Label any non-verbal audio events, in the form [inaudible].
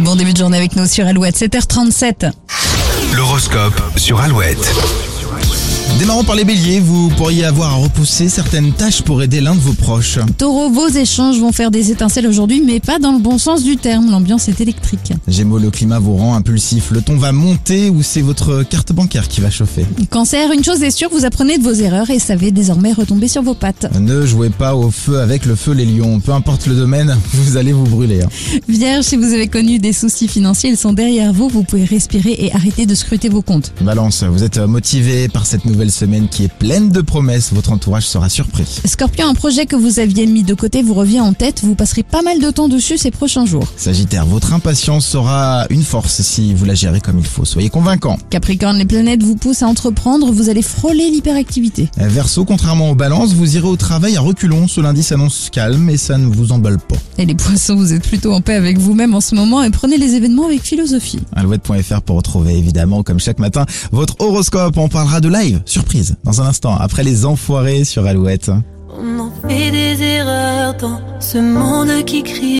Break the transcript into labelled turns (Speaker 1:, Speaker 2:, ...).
Speaker 1: Bon début de journée avec nous sur Alouette, 7h37.
Speaker 2: L'horoscope sur Alouette.
Speaker 3: Démarrons par les béliers, vous pourriez avoir à repousser certaines tâches pour aider l'un de vos proches.
Speaker 1: Taureau, vos échanges vont faire des étincelles aujourd'hui, mais pas dans le bon sens du terme. L'ambiance est électrique.
Speaker 3: Gémeaux, le climat vous rend impulsif, le ton va monter ou c'est votre carte bancaire qui va chauffer.
Speaker 1: Cancer, une chose est sûre, vous apprenez de vos erreurs et savez désormais retomber sur vos pattes.
Speaker 3: Ne jouez pas au feu avec le feu les lions, peu importe le domaine, [laughs] vous allez vous brûler. hein.
Speaker 1: Vierge, si vous avez connu des soucis financiers, ils sont derrière vous. Vous pouvez respirer et arrêter de scruter vos comptes.
Speaker 3: Balance, vous êtes euh, motivé par cette nouvelle semaine qui est pleine de promesses, votre entourage sera surpris.
Speaker 1: Scorpion, un projet que vous aviez mis de côté vous revient en tête. Vous passerez pas mal de temps dessus ces prochains jours.
Speaker 3: Sagittaire, votre impatience sera une force si vous la gérez comme il faut, soyez convaincant.
Speaker 1: Capricorne, les planètes vous poussent à entreprendre. Vous allez frôler l'hyperactivité.
Speaker 3: Verseau, contrairement aux balances, vous irez au travail à reculons, ce lundi s'annonce calme et ça ne vous emballe pas.
Speaker 1: Et les poissons, vous êtes plutôt en paix avec vous-même en ce moment et prenez les événements avec philosophie.
Speaker 3: Alouette.fr pour retrouver évidemment, comme chaque matin, votre horoscope. On parlera de live, surprise, dans un instant, après les enfoirés sur Alouette.
Speaker 4: On en fait des erreurs dans ce monde qui crie.